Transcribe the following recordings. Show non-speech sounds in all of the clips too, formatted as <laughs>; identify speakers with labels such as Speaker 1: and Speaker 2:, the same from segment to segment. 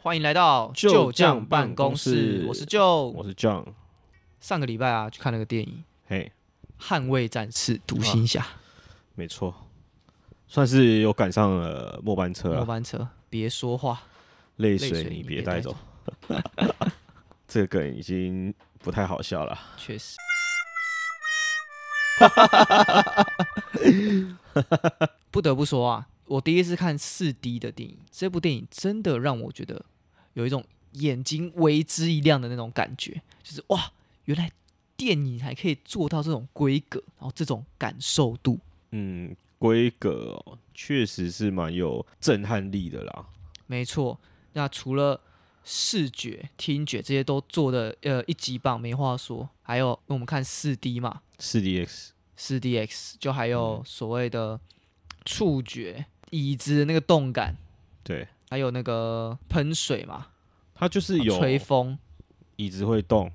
Speaker 1: 欢迎来到
Speaker 2: 旧
Speaker 1: 将
Speaker 2: 将办
Speaker 1: 公
Speaker 2: 公室
Speaker 1: 我是旧。
Speaker 2: 我是 John，
Speaker 1: 上个礼拜啊，去看那个电影
Speaker 2: 嘿，
Speaker 1: 《捍卫战士：独行
Speaker 2: <laughs>
Speaker 1: 侠》
Speaker 2: 没错，算是有赶上了末班车
Speaker 1: 末
Speaker 2: 了，
Speaker 1: 班车，别说话，
Speaker 2: 泪
Speaker 1: 泪
Speaker 2: 水
Speaker 1: 水你
Speaker 2: 你
Speaker 1: 别
Speaker 2: 别
Speaker 1: 带
Speaker 2: 带走， <laughs> 这个梗已经不太好笑了。
Speaker 1: 确
Speaker 2: <laughs>
Speaker 1: 实。不得不说啊，我第一次看四 D 的电影，这部电影真的让我觉得有一种眼睛为之一亮的那种感觉，就是哇，原来电影还可以做到这种规格，然后这种感受度。
Speaker 2: 嗯，规格哦确实是蛮有震撼力的啦。
Speaker 1: 没错，那除了视觉、听觉这些都做的呃一级棒，没话说。还有我们看四 D 嘛，
Speaker 2: 四 DX
Speaker 1: 四 DX 就还有
Speaker 2: 嗯
Speaker 1: 所谓的触觉、椅子的那个动感，
Speaker 2: 对，
Speaker 1: 还有那个喷水嘛，
Speaker 2: 它就是有
Speaker 1: 吹风， <laughs>
Speaker 2: 椅子会动，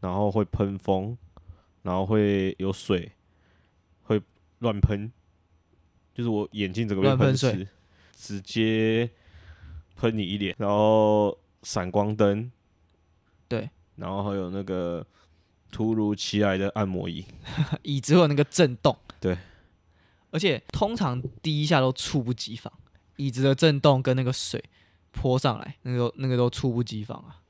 Speaker 2: 然后会喷风，然后会有水，会乱喷，就是我眼镜整个被
Speaker 1: 乱喷水
Speaker 2: 湿，直接喷你一脸，然后闪光灯，
Speaker 1: 对，
Speaker 2: 然后还有那个突如其来的按摩椅，
Speaker 1: 椅子会有那个震动。
Speaker 2: 对，
Speaker 1: 而且通常第一下都猝不及防，椅子的震动跟那个水泼上来，那个都那个都猝不及防啊，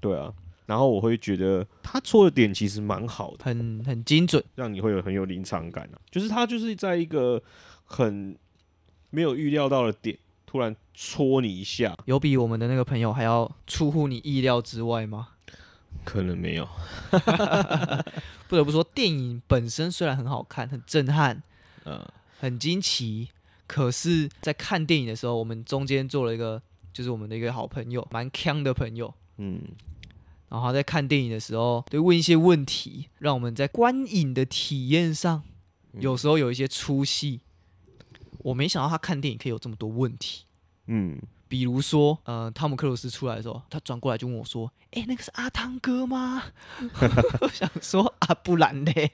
Speaker 2: 对啊，然后我会觉得他戳的点其实蛮好的。
Speaker 1: 很很精准。
Speaker 2: 让你会有很有临场感啊，就是他就是在一个很没有预料到的点，突然戳你一下，
Speaker 1: 有比我们的那个朋友还要出乎你意料之外吗？
Speaker 2: 可能没有，
Speaker 1: 不得不说，电影本身虽然很好看、很震撼、
Speaker 2: 呃，
Speaker 1: 很惊奇，可是，在看电影的时候，我们中间做了一个，就是我们的一个好朋友，蛮强的朋友，
Speaker 2: 嗯，
Speaker 1: 然后他在看电影的时候，对问一些问题，让我们在观影的体验上，有时候有一些出戏。我没想到他看电影可以有这么多问题，
Speaker 2: 嗯，
Speaker 1: 比如说，呃，汤姆克鲁斯出来的时候，他转过来就问我说：“哎、那个是阿汤哥吗？” <laughs> 我想说啊，不然 <laughs> 嘞，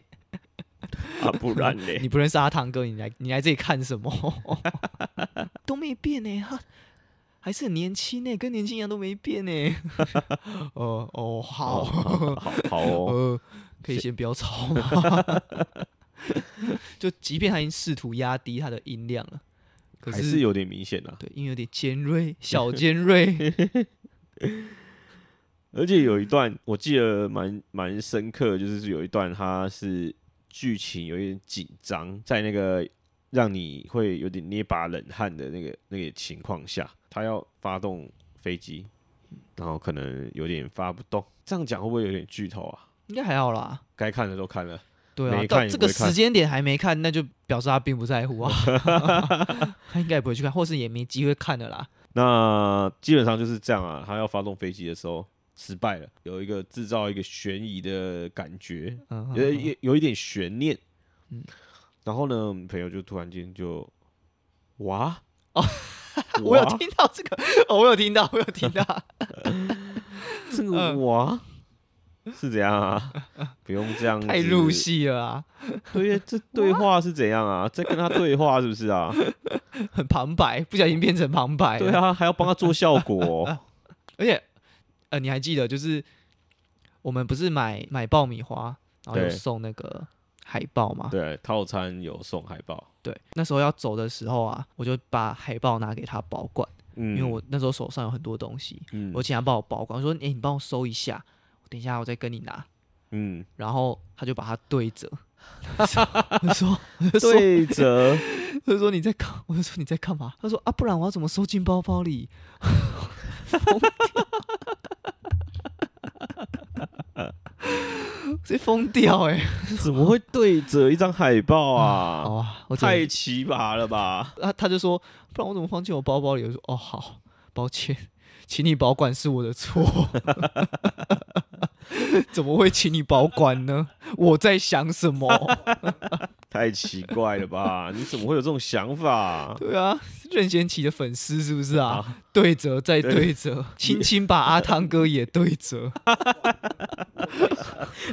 Speaker 2: 啊，不然嘞，
Speaker 1: 你不认识阿汤哥，你来你来这里看什么？ <laughs> 都没变呢、他还是很年轻呢、跟年轻一样都没变呢、 <laughs> 哦哦，
Speaker 2: 好，
Speaker 1: 好，
Speaker 2: 好，好
Speaker 1: <laughs>
Speaker 2: 哦，
Speaker 1: 呃，可以先不要吵吗？ <laughs> 就即便他已经试图压低他的音量了，可
Speaker 2: 还是有点明显啊，
Speaker 1: 对音有点尖 <laughs> 锐，小尖锐。
Speaker 2: 而且有一段我记得呃蛮蛮深刻的，就是有一段他是剧情有一点紧张，在那个让你会有点捏把冷汗的那个那个情况下，他要发动飞机，然后可能有点发不动。这样讲会不会有点剧透啊？
Speaker 1: 应该还好啦。
Speaker 2: 该看的都看了，
Speaker 1: 对啊，
Speaker 2: 没看
Speaker 1: 到
Speaker 2: 也
Speaker 1: 这
Speaker 2: 不
Speaker 1: 个
Speaker 2: 会看
Speaker 1: 时间点还没看，那就表示他并不在
Speaker 2: <laughs>
Speaker 1: 乎啊，他应该也不会去看，或是也没机会看的啦。
Speaker 2: 那基本上就是这样啊。他要发动飞机的时候失败了，有一个制造一个悬疑的感觉，
Speaker 1: 嗯，
Speaker 2: 有
Speaker 1: 嗯嗯
Speaker 2: 有有一点悬念，
Speaker 1: 嗯
Speaker 2: 然后呢，我们朋友就突然间就，哇，哦
Speaker 1: <laughs> <laughs> 我有听到这个， <laughs> 哦，我有听到，我有听到，
Speaker 2: <laughs> 这个哇，嗯是怎样啊？不用这样，
Speaker 1: 嗯太入，戏了啊，
Speaker 2: 对呀，这对话是怎
Speaker 1: <laughs>
Speaker 2: 样啊？在跟他对话是不是啊？
Speaker 1: 很旁白，不小心变成旁白。
Speaker 2: 对，啊，还要帮他做效果哦，
Speaker 1: <laughs> 而且，呃，你还记得就是我们不是买买爆米花，然后有
Speaker 2: 对
Speaker 1: 送那个海报嘛？
Speaker 2: 对，套餐有送海报，
Speaker 1: 对，那时候要走的时候啊，我就把海报拿给他保管，
Speaker 2: 嗯，
Speaker 1: 因为我那时候手上有很多东西，
Speaker 2: 嗯，
Speaker 1: 我请他帮我保管，我说：“哎、你帮我收一下，我等一下我再跟你拿。
Speaker 2: 嗯”
Speaker 1: <laughs> 然后他就把它对折，我说：“我说，
Speaker 2: 对折，
Speaker 1: <laughs> 他就说你在干，我就说你在干嘛？”他说：“啊，不然我要怎么收进包包里？” <laughs> 疯掉，这疯掉 <laughs> 哎、欸！
Speaker 2: 怎么会对折一张海报
Speaker 1: 好
Speaker 2: 啊？
Speaker 1: 啊，我
Speaker 2: 太
Speaker 1: 太
Speaker 2: 奇葩了吧！
Speaker 1: 啊，他就说：“不然我怎么放进我包包里？”我说：“哦，好，抱歉。”请你保管是我的错， <laughs> 怎么会请你保管呢？我在想什么？ <laughs>
Speaker 2: 太奇怪了吧？你怎么会有这种想法、
Speaker 1: 对啊，任贤齐的粉丝是不是啊？对折再对折，轻轻把阿汤哥也对折，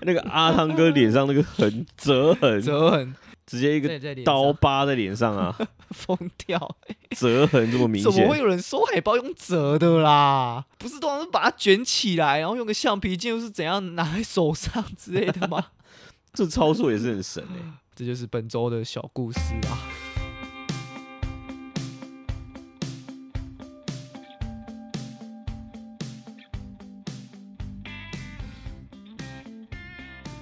Speaker 2: 那个阿汤哥脸上那个痕折痕，
Speaker 1: 折痕。
Speaker 2: 直接一个
Speaker 1: 在在脸
Speaker 2: 刀
Speaker 1: 上
Speaker 2: 疤在脸
Speaker 1: <laughs>
Speaker 2: 上啊，
Speaker 1: 疯掉，
Speaker 2: 折痕这么明
Speaker 1: 怎么会
Speaker 2: 显，
Speaker 1: 有人收海报用折的啦？不是通常是把它卷起来，然后用个橡皮筋，又是怎样拿在手上之类的吗？
Speaker 2: 这操作也是很神哎、
Speaker 1: 这就是本周的小故事啊。 <laughs>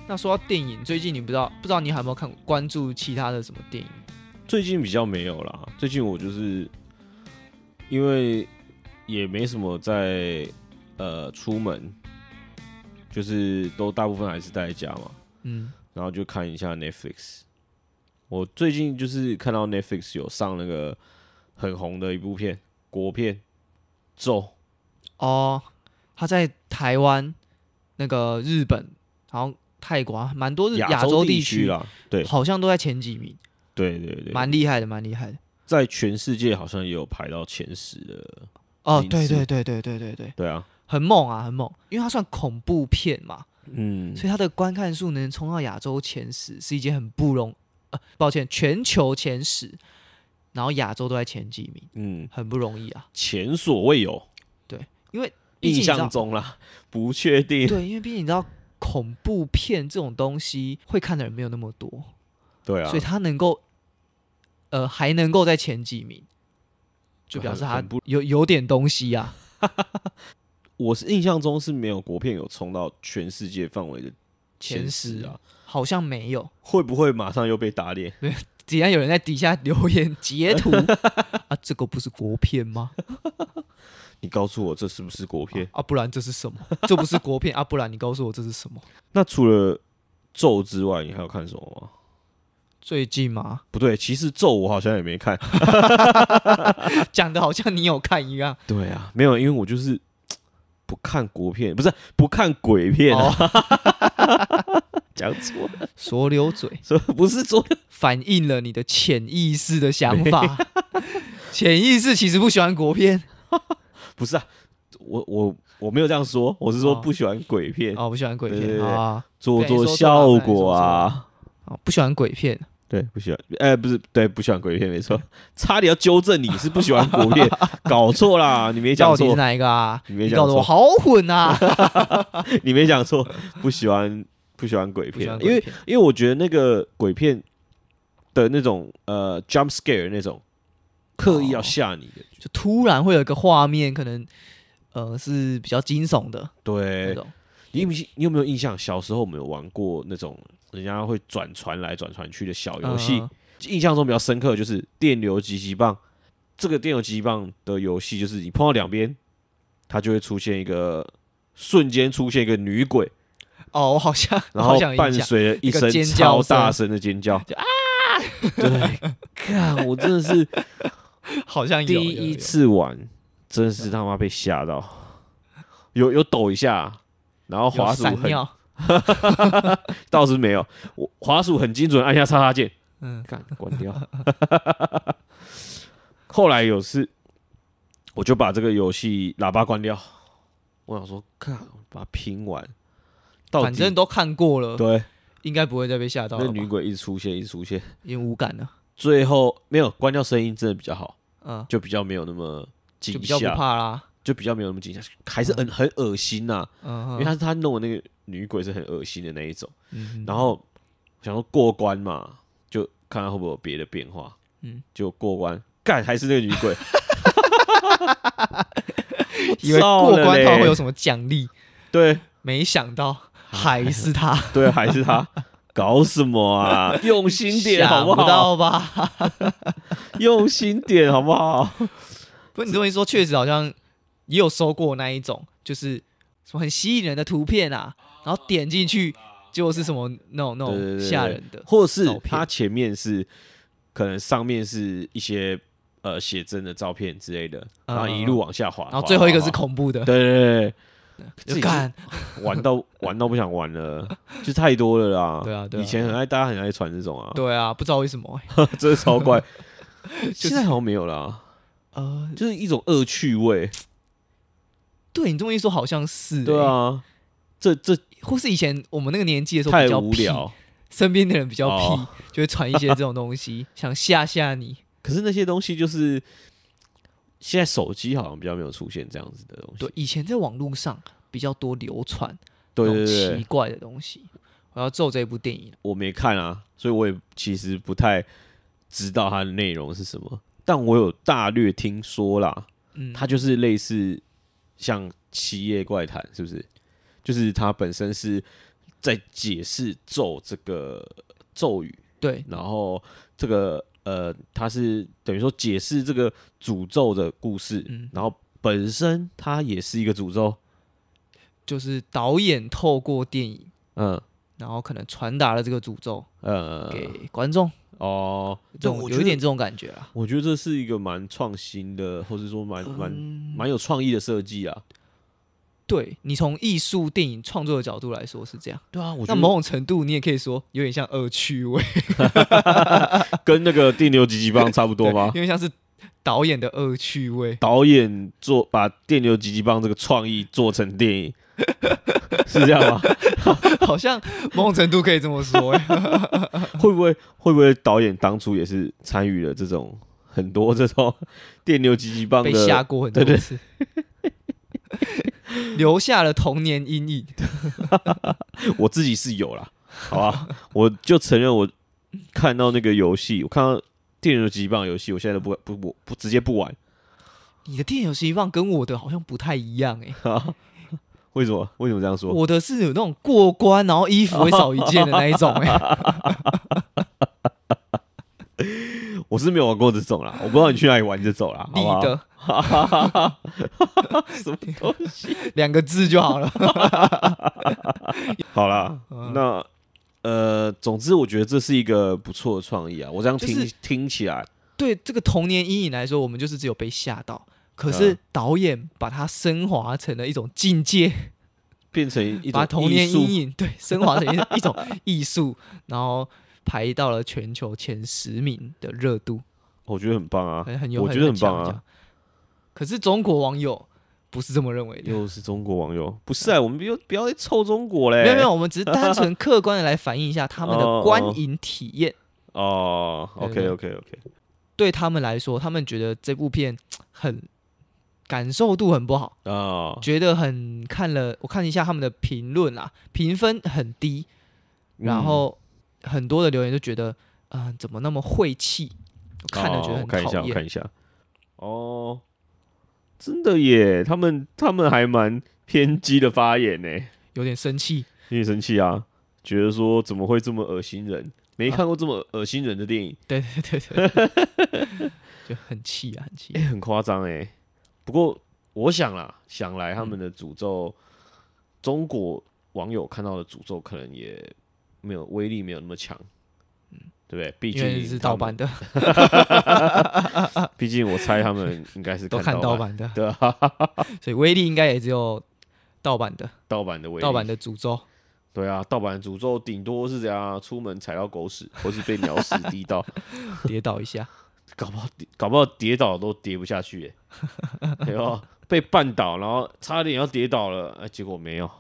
Speaker 1: 那说到电影，最近你不知道不知道你有没有看关注其他的什么电影？
Speaker 2: 最近比较没有啦，最近我就是因为也没什么在呃出门，就是都大部分还是待在家嘛，
Speaker 1: 嗯，
Speaker 2: 然后就看一下 Netflix。我最近就是看到 Netflix 有上那个很红的一部片，国片《咒》，
Speaker 1: 哦，他在台湾、那个日本，然后泰国啊，蛮多日
Speaker 2: 亚
Speaker 1: 洲
Speaker 2: 地
Speaker 1: 区，
Speaker 2: 啦，对
Speaker 1: 好像都在前几名，
Speaker 2: 对对对，
Speaker 1: 蛮厉害的，蛮厉害的。
Speaker 2: 在全世界好像也有排到前十的，
Speaker 1: 哦，
Speaker 2: 名
Speaker 1: 对
Speaker 2: 字
Speaker 1: 对对对对对对，
Speaker 2: 对啊，
Speaker 1: 很猛啊，很猛，因为它算恐怖片嘛，
Speaker 2: 嗯，
Speaker 1: 所以它的观看数能冲到亚洲前十是一件很不容，呃，抱歉，全球前十，然后亚洲都在前几名，
Speaker 2: 嗯，
Speaker 1: 很不容易
Speaker 2: <laughs>
Speaker 1: 啊。
Speaker 2: 前所未有，
Speaker 1: 因为毕
Speaker 2: 印
Speaker 1: 竟你知
Speaker 2: 象
Speaker 1: 道，
Speaker 2: 中啦，不确定，
Speaker 1: 对，因为毕竟你知道，恐怖片这种东西会看的人没有那么多，
Speaker 2: 对啊，
Speaker 1: 所以它能够，呃，还能够在前几名，就表示
Speaker 2: 很
Speaker 1: 它
Speaker 2: 很不
Speaker 1: 有有点东西
Speaker 2: <laughs>
Speaker 1: 啊。
Speaker 2: 我是印象中是没有国片有冲到全世界范围的
Speaker 1: 前
Speaker 2: 十
Speaker 1: 十
Speaker 2: 啊，
Speaker 1: 好像没有，
Speaker 2: 会不会马上又被打脸？
Speaker 1: 底下有人在底下留言截
Speaker 2: <laughs>
Speaker 1: 图啊，这个不是国片吗？
Speaker 2: 你告诉我这是不是国片？
Speaker 1: 啊，不然这是什么？ <laughs> 这不是国片啊，不然你告诉我这是什么？
Speaker 2: 那除了咒之外，你还有看什么吗？
Speaker 1: 最近嘛，
Speaker 2: 不对，其实咒我好像也没看。
Speaker 1: <laughs> 讲的好像你有看一样。
Speaker 2: 对啊，没有，因为我就是不看国片，不是啊不看鬼片啊，
Speaker 1: 哦， <laughs>
Speaker 2: 讲错了，
Speaker 1: 说溜嘴，
Speaker 2: 说不是说
Speaker 1: 反映了你的潜意识的想法。 <laughs> 潜意识其实不喜欢国片
Speaker 2: 不是啊，我我我没有这样说，我是说
Speaker 1: 哦
Speaker 2: 不喜欢鬼片，
Speaker 1: 哦，不喜欢鬼
Speaker 2: 对对
Speaker 1: 片
Speaker 2: 对
Speaker 1: 啊，
Speaker 2: 做
Speaker 1: 对你
Speaker 2: 做
Speaker 1: 说错
Speaker 2: 效
Speaker 1: 了
Speaker 2: 果啊。
Speaker 1: 哦，不喜欢鬼片。
Speaker 2: 对，不喜欢，哎、不是，对，不喜欢鬼片，没错，差点要纠正你，是不喜欢国
Speaker 1: <laughs>
Speaker 2: 片，搞错啦，你没讲
Speaker 1: 到底是
Speaker 2: 错，
Speaker 1: 哪一个啊？
Speaker 2: 你没
Speaker 1: 你
Speaker 2: 讲
Speaker 1: 搞得我
Speaker 2: 错，
Speaker 1: 好混
Speaker 2: <laughs>
Speaker 1: 啊！
Speaker 2: 你没讲错，不喜欢，不喜欢鬼
Speaker 1: 不喜
Speaker 2: 片
Speaker 1: 欢，
Speaker 2: 因
Speaker 1: 鬼
Speaker 2: 为
Speaker 1: 片
Speaker 2: 因为我觉得那个鬼片的那种呃 jump scare 那种刻意要
Speaker 1: 哦
Speaker 2: 吓你的，
Speaker 1: 就突然会有一个画面，可能呃是比较惊悚的那
Speaker 2: 对，
Speaker 1: 种。
Speaker 2: 你有没有你有没有印象？小时候我们有玩过那种人家会转传来转传去的小哦游戏，
Speaker 1: 嗯
Speaker 2: 印象中比较深刻的就是电流击击棒。这个电流击击棒的游戏就是你碰到两边，它就会出现一个瞬间出现一个女鬼，
Speaker 1: 哦，我好像我
Speaker 2: 然
Speaker 1: 好
Speaker 2: 后
Speaker 1: 想
Speaker 2: 伴
Speaker 1: 印象
Speaker 2: 随着一声
Speaker 1: 一个尖
Speaker 2: 超
Speaker 1: 叫声
Speaker 2: 大声的尖
Speaker 1: <laughs>
Speaker 2: 叫，啊！对，看我真的是
Speaker 1: 好像有
Speaker 2: 第
Speaker 1: 有嗯
Speaker 2: 一
Speaker 1: 有
Speaker 2: 次玩，真是他妈被吓到，有有抖一下，然后
Speaker 1: 有
Speaker 2: 滑鼠
Speaker 1: 闪
Speaker 2: 很
Speaker 1: 尿
Speaker 2: 倒是没有，我滑鼠很精准，按下叉叉键，
Speaker 1: 嗯，
Speaker 2: 干关掉。 <laughs> 后来有次，我就把这个游戏喇叭关掉，我想说，看把它拼完，到底
Speaker 1: 反正都看过了，
Speaker 2: 对，
Speaker 1: 应该不会再被吓到
Speaker 2: 那
Speaker 1: 了吧。
Speaker 2: 女鬼一直出现，一直出现，
Speaker 1: 已经无感了，
Speaker 2: 最后没有关掉声音，真的比较好，
Speaker 1: 嗯，
Speaker 2: 就比较没有那么
Speaker 1: 就
Speaker 2: 惊
Speaker 1: 比较不
Speaker 2: 吓，
Speaker 1: 怕啦，
Speaker 2: 就比较没有那么惊吓，还是很很恶心呐、
Speaker 1: 嗯
Speaker 2: 因
Speaker 1: 哼，
Speaker 2: 为他他弄的那个女鬼是很恶心的那一种。
Speaker 1: 嗯
Speaker 2: 然后想说过关嘛，就看看会不会有别的变化。嗯
Speaker 1: 嗯，
Speaker 2: 就过关，干还是那个女鬼， <laughs>
Speaker 1: 哼以为
Speaker 2: 操
Speaker 1: 过
Speaker 2: 了
Speaker 1: 关
Speaker 2: 嘞
Speaker 1: 套会有什么奖励，
Speaker 2: 对
Speaker 1: 没想到
Speaker 2: <laughs>
Speaker 1: 还是他，
Speaker 2: 对，还是她，搞什
Speaker 1: <laughs>
Speaker 2: 么啊？用心点好
Speaker 1: 想不
Speaker 2: 好？
Speaker 1: 到吧？
Speaker 2: 用心点好不好？
Speaker 1: 不，你这么一说，确实好像也有收过那一种，就是什么很吸引人的图片啊，然后点进去就是什么那种那
Speaker 2: 对对
Speaker 1: 种
Speaker 2: 对
Speaker 1: 吓人的，
Speaker 2: 或是
Speaker 1: 照片
Speaker 2: 它前面是可能上面是一些呃写真的照片之类的，然后一路往下滑，
Speaker 1: 嗯然后
Speaker 2: 滑
Speaker 1: 最后一个是
Speaker 2: 滑滑
Speaker 1: 恐怖的，
Speaker 2: 对对对
Speaker 1: <laughs> 就
Speaker 2: 对，
Speaker 1: 看
Speaker 2: 自己玩到玩到不想玩了，就太多了啦。
Speaker 1: <laughs> 对啊对啊
Speaker 2: 以前很爱大家很爱传这种啊，
Speaker 1: 对啊，不知道为什么欸，
Speaker 2: <laughs> 真的超
Speaker 1: <laughs>
Speaker 2: 怪。
Speaker 1: 是
Speaker 2: 现在好像没有啦，
Speaker 1: 呃，
Speaker 2: 就是一种恶趣味。
Speaker 1: 对你这么一说，好像是欸
Speaker 2: 对啊，这这
Speaker 1: 或是以前我们那个年纪的时候
Speaker 2: 太
Speaker 1: 比较
Speaker 2: 无
Speaker 1: 屁，
Speaker 2: 聊。
Speaker 1: 身边的人比较屁，
Speaker 2: 哦
Speaker 1: <laughs> 就会传一些这种东
Speaker 2: <laughs>
Speaker 1: 西，想吓吓你。
Speaker 2: 可是那些东西就是现在手机好像比较没有出现这样子的东西
Speaker 1: 对，，以前在网络上比较多流传
Speaker 2: 对
Speaker 1: 那种
Speaker 2: 对对
Speaker 1: 奇
Speaker 2: 对，
Speaker 1: 怪的东西。我要咒这部电影，
Speaker 2: 我没看啊，所以我也其实不太知道它的内容是什么，但我有大略听说啦，
Speaker 1: 嗯，
Speaker 2: 它就是类似像《七夜怪谈》，是不是？就是它本身是在解释咒这个咒语，
Speaker 1: 对
Speaker 2: 然后这个呃，它是等于说解释这个诅咒的故事，
Speaker 1: 嗯
Speaker 2: 然后本身它也是一个诅咒，
Speaker 1: 就是导演透过电影，
Speaker 2: 嗯
Speaker 1: 然后可能传达了这个诅咒
Speaker 2: 呃
Speaker 1: 给观众，
Speaker 2: 哦，
Speaker 1: 这种
Speaker 2: 我
Speaker 1: 有
Speaker 2: 觉
Speaker 1: 一
Speaker 2: 得
Speaker 1: 点这种感觉啊。
Speaker 2: 我觉得这是一个蛮创新的，或者说蛮蛮
Speaker 1: 嗯
Speaker 2: 蛮有创意的设计啊。
Speaker 1: 对你从艺术电影创作的角度来说是这样，
Speaker 2: 对啊，我觉
Speaker 1: 那
Speaker 2: 得
Speaker 1: 某种程度你也可以说有点像恶趣味，
Speaker 2: 跟那个《地牛吉吉棒》差不多吗
Speaker 1: <laughs> 对？因为像是导演的恶趣味，
Speaker 2: 导演做把《电流吉吉棒》这个创意做成电影，是这样
Speaker 1: <laughs>
Speaker 2: 吗？
Speaker 1: 好像某种程度可以这么
Speaker 2: <laughs>
Speaker 1: 说、欸。
Speaker 2: 会不会会不会导演当初也是参与了这种很多这种电流吉吉棒
Speaker 1: 被吓
Speaker 2: 的？
Speaker 1: 过很多
Speaker 2: 对对
Speaker 1: 次， <laughs> 留下了童年阴影。
Speaker 2: 我自己是有啦，好吧，我就承认我看到那个游戏，我看到《电流吉吉棒》游戏，我现在都不不不不直接不玩，
Speaker 1: 你的电影游戏放跟我的好像不太一样
Speaker 2: <laughs>
Speaker 1: 哎、
Speaker 2: 为什么？为什么这样说？
Speaker 1: 我的是有那种过关然后衣服会少一件的那一种哎、
Speaker 2: <laughs> 我是没有玩过这种啦，我不知道你去哪里玩这
Speaker 1: <laughs>
Speaker 2: 种啦，
Speaker 1: <laughs> 你
Speaker 2: 好不好？啊
Speaker 1: 的
Speaker 2: <laughs> 什么东西？
Speaker 1: <laughs> 两个字就好了。
Speaker 2: 好啦，
Speaker 1: 嗯
Speaker 2: 那呃，总之我觉得这是一个不错的创意啊。我这样听、
Speaker 1: 就是
Speaker 2: 听起来，
Speaker 1: 对这个童年阴影来说，我们就是只有被吓到。可是
Speaker 2: 嗯
Speaker 1: 导演把它升华成了一种境界，
Speaker 2: 变成一
Speaker 1: 把
Speaker 2: 种
Speaker 1: 童
Speaker 2: 艺
Speaker 1: 年
Speaker 2: 术
Speaker 1: 阴，影
Speaker 2: <laughs>
Speaker 1: 对升华成一一种艺术，然后排到了全球前十名的热度，
Speaker 2: 我觉得很棒啊，
Speaker 1: 很哎很有，
Speaker 2: 我觉得很
Speaker 1: 强
Speaker 2: 棒啊
Speaker 1: 很强可是中国网友不是这么认为的，
Speaker 2: 又是中国网友，不是啊，我们不要不要再凑中国嘞，
Speaker 1: 没有没有，我们只是单纯客观的来反映一下他们
Speaker 2: <laughs>
Speaker 1: 的观影体验。
Speaker 2: 哦
Speaker 1: 对
Speaker 2: ，OK
Speaker 1: 对
Speaker 2: OK OK，
Speaker 1: 对他们来说，他们觉得这部片很感受度很不好，
Speaker 2: 啊，
Speaker 1: 觉得很看了，我看一下他们的评论啦，评分很低，
Speaker 2: 嗯
Speaker 1: 然后很多的留言就觉得，嗯、怎么那么晦气，我看了觉
Speaker 2: 哦
Speaker 1: 得
Speaker 2: 我
Speaker 1: 很
Speaker 2: 看一下
Speaker 1: 讨
Speaker 2: 我
Speaker 1: 厌。
Speaker 2: 看一下，哦，真的耶，他们他们还蛮偏激的发言呢，
Speaker 1: 有点生气，
Speaker 2: 有点生气啊，觉得说怎么会这么恶心人，没
Speaker 1: 啊
Speaker 2: 看过这么恶心人的电影。
Speaker 1: 对对对对就很气啊，很气
Speaker 2: 哎、。很夸张哎。不过我想啦，想来他们
Speaker 1: 嗯
Speaker 2: 的诅咒，中国网友看到的诅咒可能也没有威力，没有那么强，嗯，对不对？毕
Speaker 1: 因为
Speaker 2: 竟
Speaker 1: 是
Speaker 2: 他
Speaker 1: 盗
Speaker 2: 们
Speaker 1: 版，的，
Speaker 2: 毕竟我猜他们应该是
Speaker 1: 都看
Speaker 2: 盗
Speaker 1: 盗，版的，
Speaker 2: 对啊，
Speaker 1: <laughs> 所以威力应该也只有盗版的，
Speaker 2: 盗版的威力，
Speaker 1: 盗版的诅咒。
Speaker 2: 对啊，盗版的诅咒顶多是这样，出门踩到狗屎，或是被鸟
Speaker 1: <laughs>
Speaker 2: 屎滴到，
Speaker 1: 跌倒一
Speaker 2: <laughs>
Speaker 1: 下，
Speaker 2: 搞不好跌搞不好跌倒都跌不
Speaker 1: <laughs>
Speaker 2: 下去哎，对哦，被绊倒，然后差点要跌倒了，哎，结果没有，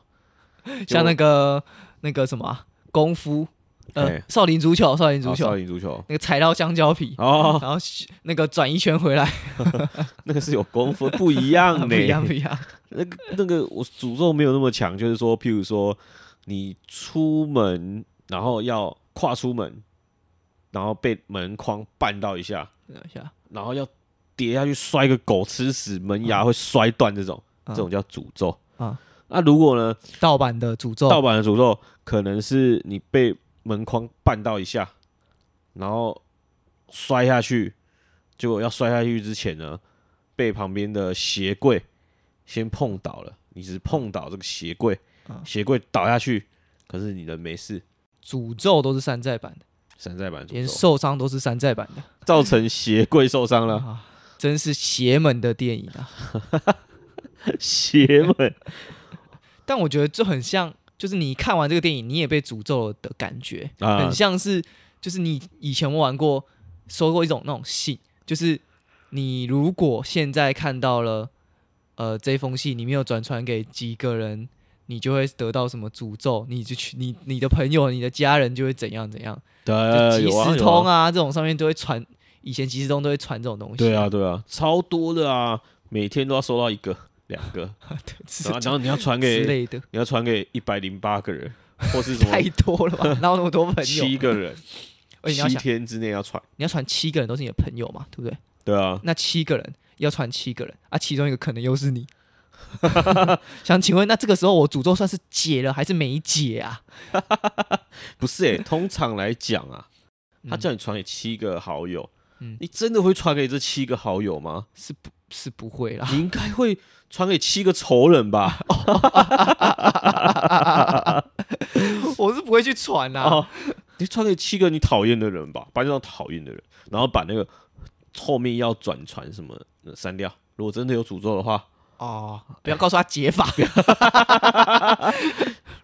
Speaker 2: 结
Speaker 1: 像
Speaker 2: 果
Speaker 1: 那个那个什么啊、功夫，呃
Speaker 2: 哎，
Speaker 1: 少林足球，少林足
Speaker 2: 哦
Speaker 1: 球，
Speaker 2: 少林足球。
Speaker 1: 那个踩到香蕉皮，
Speaker 2: <laughs> 哦，
Speaker 1: 然后嘘那个转一圈回来，
Speaker 2: 那个是有功夫，不一样呢、
Speaker 1: <laughs> 不一样不一样，
Speaker 2: <laughs> 那个那个，我诅咒没有那么强，就是说，譬如说，你出门，然后要跨出门，然后被门框绊到一下，
Speaker 1: 等一下，
Speaker 2: 然后要跌下去摔个狗吃屎，门
Speaker 1: 啊
Speaker 2: 牙会摔断这种，
Speaker 1: 嗯
Speaker 2: 这种叫诅咒。
Speaker 1: 嗯
Speaker 2: 那如果呢，
Speaker 1: 盗版的诅咒，
Speaker 2: 盗版的诅咒可能是你被门框绊到一下，然后摔下去，结果要摔下去之前呢，被旁边的鞋柜先碰倒了，你只是碰倒这个鞋柜
Speaker 1: 嗯，
Speaker 2: 鞋柜倒下去，可是你人没事，
Speaker 1: 诅咒都是山寨版的，
Speaker 2: 山寨版诅
Speaker 1: 连
Speaker 2: 咒
Speaker 1: 受伤都是山寨版的，
Speaker 2: 造成鞋柜受
Speaker 1: <laughs>
Speaker 2: 伤了，
Speaker 1: 啊，真是邪门的电影啊！
Speaker 2: 鞋们
Speaker 1: 但我觉得就很像，就是你看完这个电影，你也被诅咒了的感觉，
Speaker 2: 啊
Speaker 1: 很像是就是你以前玩过收过一种那种信，就是你如果现在看到了呃这封信，你没有转传给几个人，你就会得到什么诅咒，你就去你你的朋友、你的家人就会怎样怎样。就
Speaker 2: 对，
Speaker 1: 即
Speaker 2: 有啊
Speaker 1: 时
Speaker 2: 有
Speaker 1: 通
Speaker 2: 啊，
Speaker 1: 啊，这种上面都会传，以前即时通都会传这种东西。 <laughs>
Speaker 2: 对啊，对啊，超多的啊，每天都要收到一个、两
Speaker 1: <laughs>
Speaker 2: 个，
Speaker 1: 之，
Speaker 2: 然后然后你要传
Speaker 1: 之
Speaker 2: 给
Speaker 1: 类的，
Speaker 2: 你要传给一百零八
Speaker 1: <laughs>
Speaker 2: 个人，或是什
Speaker 1: 太
Speaker 2: 么
Speaker 1: 多 <laughs> 了吧？哪有那么多朋
Speaker 2: 七
Speaker 1: 友？
Speaker 2: 个人，
Speaker 1: <laughs> 而且你要
Speaker 2: 七
Speaker 1: 想，
Speaker 2: 天之内要传，
Speaker 1: 你要传七个人都是你的朋友嘛，对不对？
Speaker 2: 对啊，
Speaker 1: 那七个人要传七个人啊，其中一个可能又是 <laughs> 你。想请问，那这个时候我诅咒算是解了还是没解啊？
Speaker 2: 不
Speaker 1: <laughs>
Speaker 2: 是诶、通常来讲啊，他
Speaker 1: 嗯
Speaker 2: 叫你传给七个好友，
Speaker 1: 嗯
Speaker 2: 你真的会传给这七个好友吗？
Speaker 1: 是不，是不会啦。
Speaker 2: 你应该会传给七个仇人吧？
Speaker 1: <laughs>
Speaker 2: <laughs>
Speaker 1: 我是不会去传啊啦、
Speaker 2: 哦，你传给七个你讨厌的人吧，把那种讨厌的人，然后把那个后面要转传什么的删掉。如果真的有诅咒的话，
Speaker 1: 哦，不要告诉他解法， <laughs>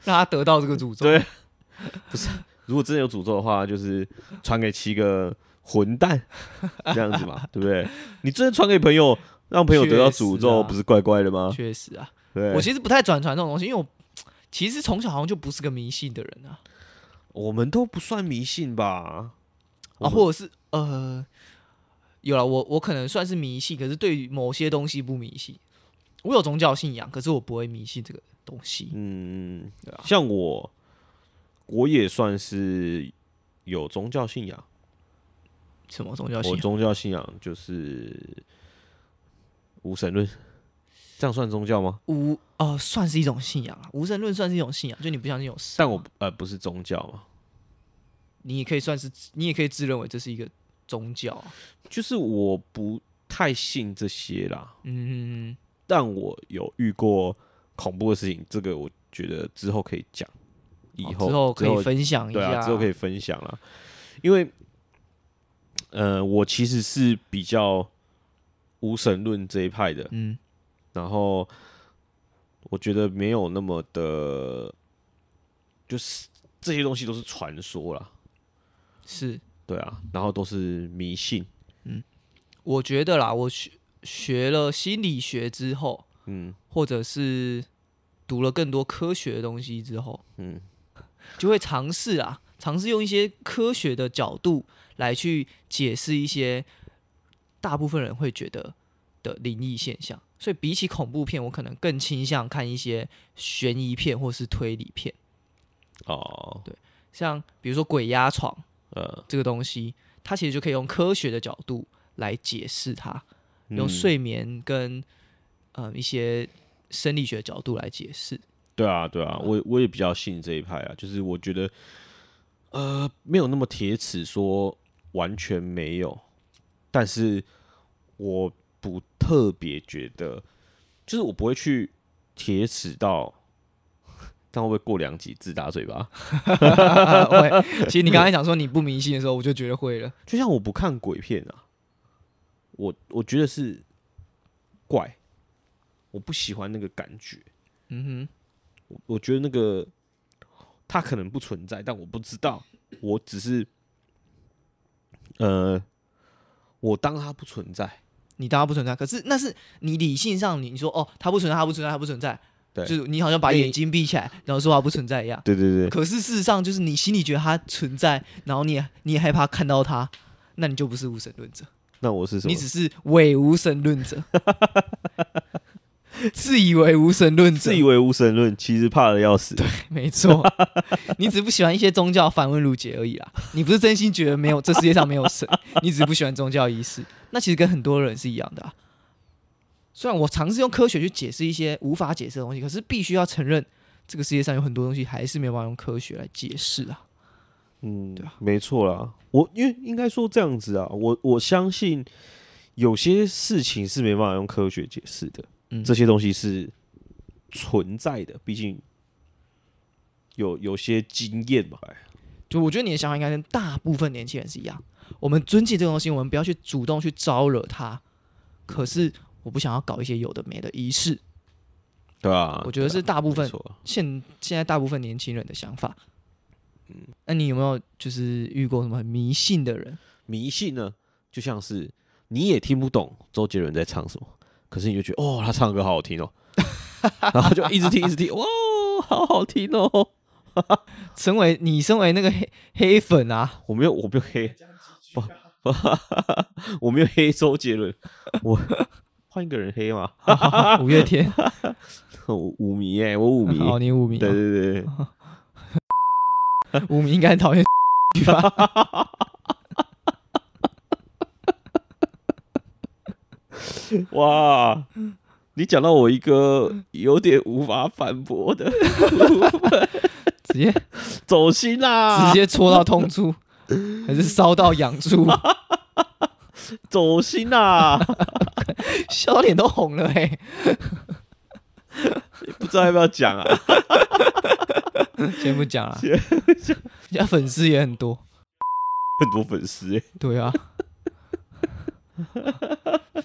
Speaker 1: 让他得到这个诅咒。
Speaker 2: 对如果真的有诅咒的话，就是传给七个
Speaker 1: <laughs>
Speaker 2: 混蛋这样子嘛，对不对？你真的传给朋友，让朋友得到诅
Speaker 1: 确实
Speaker 2: 咒，
Speaker 1: 啊
Speaker 2: 不是怪怪的吗？
Speaker 1: 确实啊，
Speaker 2: 对
Speaker 1: 我，其实不太转传这种东西，因为我其实从小好像就不是个迷信的人啊，
Speaker 2: 我们都不算迷信吧？
Speaker 1: 啊，
Speaker 2: 我
Speaker 1: 或者是呃，有了我我可能算是迷信，可是对于某些东西不迷信。我有宗教信仰，可是我不会迷信这个东西。
Speaker 2: 嗯
Speaker 1: 对啊，
Speaker 2: 像我，我也算是有宗教信仰。
Speaker 1: 什么宗教信
Speaker 2: 我
Speaker 1: 仰？
Speaker 2: 宗教信仰就是无神论，这样算宗教吗？
Speaker 1: 无呃，算是一种信仰啊，无神论算是一种信仰，就你不相信有神，
Speaker 2: 但我呃不是宗教嘛，
Speaker 1: 你也可以算是，你也可以自认为这是一个宗教啊、
Speaker 2: 就是我不太信这些啦。
Speaker 1: 嗯，
Speaker 2: 但我有遇过恐怖的事情，这个我觉得之后可以讲，以
Speaker 1: 哦
Speaker 2: 后、
Speaker 1: 之后可以分享一
Speaker 2: 对
Speaker 1: 下，
Speaker 2: 啊，之后可
Speaker 1: 以
Speaker 2: 以分享啦。因为，呃，我其实是比较无神论这一派的，
Speaker 1: 嗯
Speaker 2: 然后我觉得没有那么的，就是这些东西都是传说啦，
Speaker 1: 是，
Speaker 2: 对啊，然后都是迷信，
Speaker 1: 我觉得啦，我学学了心理学之后，
Speaker 2: 嗯
Speaker 1: 或者是读了更多科学的东西之后，
Speaker 2: 嗯，
Speaker 1: 就会尝试啊，尝试用一些科学的角度来去解释一些大部分人会觉得的灵异现象。所以比起恐怖片，我可能更倾向看一些悬疑片或是推理片，
Speaker 2: 哦，
Speaker 1: 像比如说《鬼压床》
Speaker 2: 呃，
Speaker 1: 这个东西，它其实就可以用科学的角度来解释它，用
Speaker 2: 嗯
Speaker 1: 睡眠跟呃一些生理学角度来解
Speaker 2: <laughs>
Speaker 1: 释。
Speaker 2: 对啊，对啊，我我也比较信这一派啊，就是我觉得，呃，没有那么铁齿说完全没有，但是我不特别觉得，就是我不会去铁齿到， <laughs> 但会不会过两集自打嘴巴？
Speaker 1: 会，其实你刚才讲说你不迷信的时候，我就觉得会了。
Speaker 2: 就像我不看鬼片啊，我我觉得是怪，我不喜欢那个感觉，
Speaker 1: 嗯
Speaker 2: 我我觉得那个它可能不存在，但我不知道，我只是呃，我当它不存在，
Speaker 1: 哼，你当它不存在，可是那是你理性上你你说哦，它不存在，它不存在，它不存在，
Speaker 2: 对
Speaker 1: 就是你好像把
Speaker 2: 因为
Speaker 1: 眼睛闭起来，然后说它不存在一样。
Speaker 2: 对对，
Speaker 1: 可是事实上就是你心里觉得它存在，然后你也你也害怕看到它，那你就不是无神论者。
Speaker 2: 那我是什么
Speaker 1: 你？只是伪无神论
Speaker 2: <laughs>
Speaker 1: 者，自以为无神论者，
Speaker 2: 自以为无神论，其实怕的要死。
Speaker 1: 没错，你只不喜欢一些宗教繁文缛节而已啦。你不是真心觉得没有这世界上没有神，你只是不喜欢宗教仪式。那其实跟很多人是一样的、啊。虽然我尝试用科学去解释一些无法解释的东西，可是必须要承认，这个世界上有很多东西还是没有办法用科学来解释啊。
Speaker 2: 嗯，
Speaker 1: 对啊
Speaker 2: 没错啦。我因为应该说这样子啊，我我相信有些事情是没办法用科学解释的，
Speaker 1: 嗯，
Speaker 2: 这些东西是存在的，毕竟有有些经验嘛。
Speaker 1: 就我觉得你的想法应该跟大部分年轻人是一样。我们尊敬这个东西，我们不要去主动去招惹它。可是我不想要搞一些有的没的仪式，
Speaker 2: 对啊
Speaker 1: 我觉得是大部分
Speaker 2: 没错
Speaker 1: 现现在大部分年轻人的想法。嗯，那你有没有就是遇过什么很迷信的人？
Speaker 2: 迷信呢，就像是你也听不懂周杰伦在 <laughs> 唱什么，可是你就觉得哦，他唱歌好好听哦，然后就一直听一直听，哇、好好听哦。
Speaker 1: 身为你身为那个黑黑粉啊， <laughs>
Speaker 2: 我没有，我没有黑，不， <laughs> 我没有黑周杰伦，我换一个人黑嘛，
Speaker 1: 五月天，
Speaker 2: 我五迷哎、我五迷，
Speaker 1: 哦，你五迷，
Speaker 2: 对对对，
Speaker 1: 五迷应该很讨厌吧？ <laughs>
Speaker 2: 哇，你讲到我一个有点无法反驳的
Speaker 1: 直接直
Speaker 2: 走心啦，
Speaker 1: 接戳到痛处，还是烧到痒处， <laughs>
Speaker 2: 走心啦， <laughs>
Speaker 1: 笑到脸都红了哎、
Speaker 2: 不知道要不要讲啊？ <laughs>
Speaker 1: 先不讲了，人家粉丝也很多，
Speaker 2: 很多粉丝、欸，
Speaker 1: 对啊，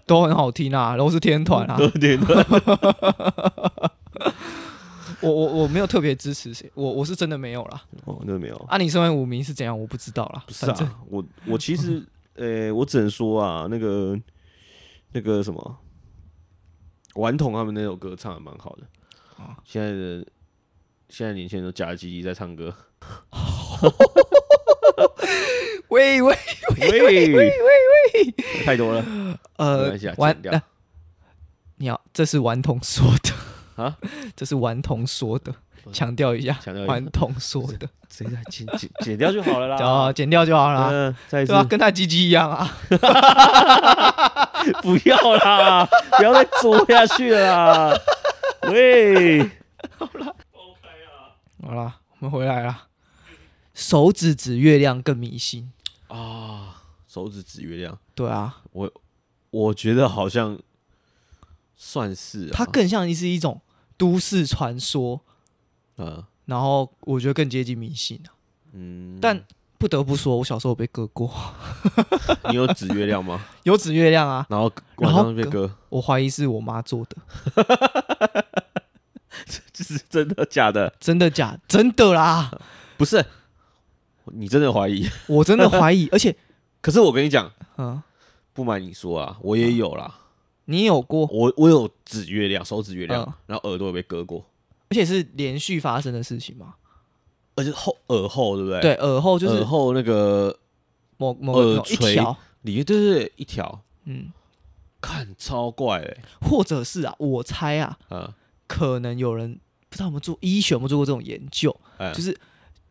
Speaker 1: 都很好听啊，都是天团啊
Speaker 2: 都。有点
Speaker 1: 我我我没有特别支持谁，我我是真的没有啦。
Speaker 2: <laughs> 哦，那没有，
Speaker 1: 啊，你身为舞迷是怎样，我不知道啦。
Speaker 2: 不是
Speaker 1: 反正
Speaker 2: 啊，我我其 <laughs> 实，呃、我只能说啊，那个那个什么，顽童他们那首歌唱的蛮好的，现在的现在年轻人都夹着鸡鸡在唱歌，
Speaker 1: 喂喂，
Speaker 2: 喂喂喂，太多了，没
Speaker 1: 呃
Speaker 2: 关系啊，，
Speaker 1: 顽
Speaker 2: 剪掉，
Speaker 1: 你要，这是顽童说的
Speaker 2: 啊，
Speaker 1: 这是顽童说的，强调一下，
Speaker 2: 强调一下
Speaker 1: 顽童说的，
Speaker 2: 谁在剪剪 <laughs> 剪掉就好了啦
Speaker 1: 哦，，剪掉就好啦。
Speaker 2: 嗯，再一次 <laughs>
Speaker 1: 对啊，跟他鸡鸡一样啊，
Speaker 2: 不要啦，不要再作下去了 <laughs> 啦，喂，
Speaker 1: 好啦，我们回来啦。手指指月亮更迷信，
Speaker 2: 啊，手指指月亮。
Speaker 1: 对啊，
Speaker 2: 我觉得好像算是、啊，
Speaker 1: 它更像是一种都市传说，
Speaker 2: 啊，
Speaker 1: 然后我觉得更接近迷信啊。
Speaker 2: 嗯，
Speaker 1: <laughs> 但不得不说，我小时候有被割过， <laughs>
Speaker 2: 你有指月亮吗？
Speaker 1: 有指月亮啊，
Speaker 2: 然后
Speaker 1: 然
Speaker 2: 晚
Speaker 1: 后
Speaker 2: 上被割，
Speaker 1: 我怀疑是我妈做的，
Speaker 2: 这是真的假的？
Speaker 1: 真的
Speaker 2: <laughs>
Speaker 1: 假？真的啦，
Speaker 2: 不是，你真的怀疑？ <laughs>
Speaker 1: 我真的怀疑。而且，
Speaker 2: 可是我跟你讲，
Speaker 1: 嗯，
Speaker 2: 不瞒你说啊，我也有啦，
Speaker 1: 你有过，
Speaker 2: 我我有指月亮，手指月亮，
Speaker 1: 嗯
Speaker 2: 然后耳朵也被割过，
Speaker 1: 而且是连续发生的事情吗？
Speaker 2: 而且后耳后对不对？
Speaker 1: 对，耳后就
Speaker 2: 耳
Speaker 1: 是
Speaker 2: 后那个
Speaker 1: 某某个
Speaker 2: 耳
Speaker 1: 某一
Speaker 2: 垂
Speaker 1: 条，
Speaker 2: 里面对对对一条，
Speaker 1: 嗯，
Speaker 2: 看超怪欸嘞、
Speaker 1: 或者是啊，我猜啊，
Speaker 2: 啊，
Speaker 1: 可能有人不知道我们做医学有没有做过这种研究，
Speaker 2: 哎
Speaker 1: 就是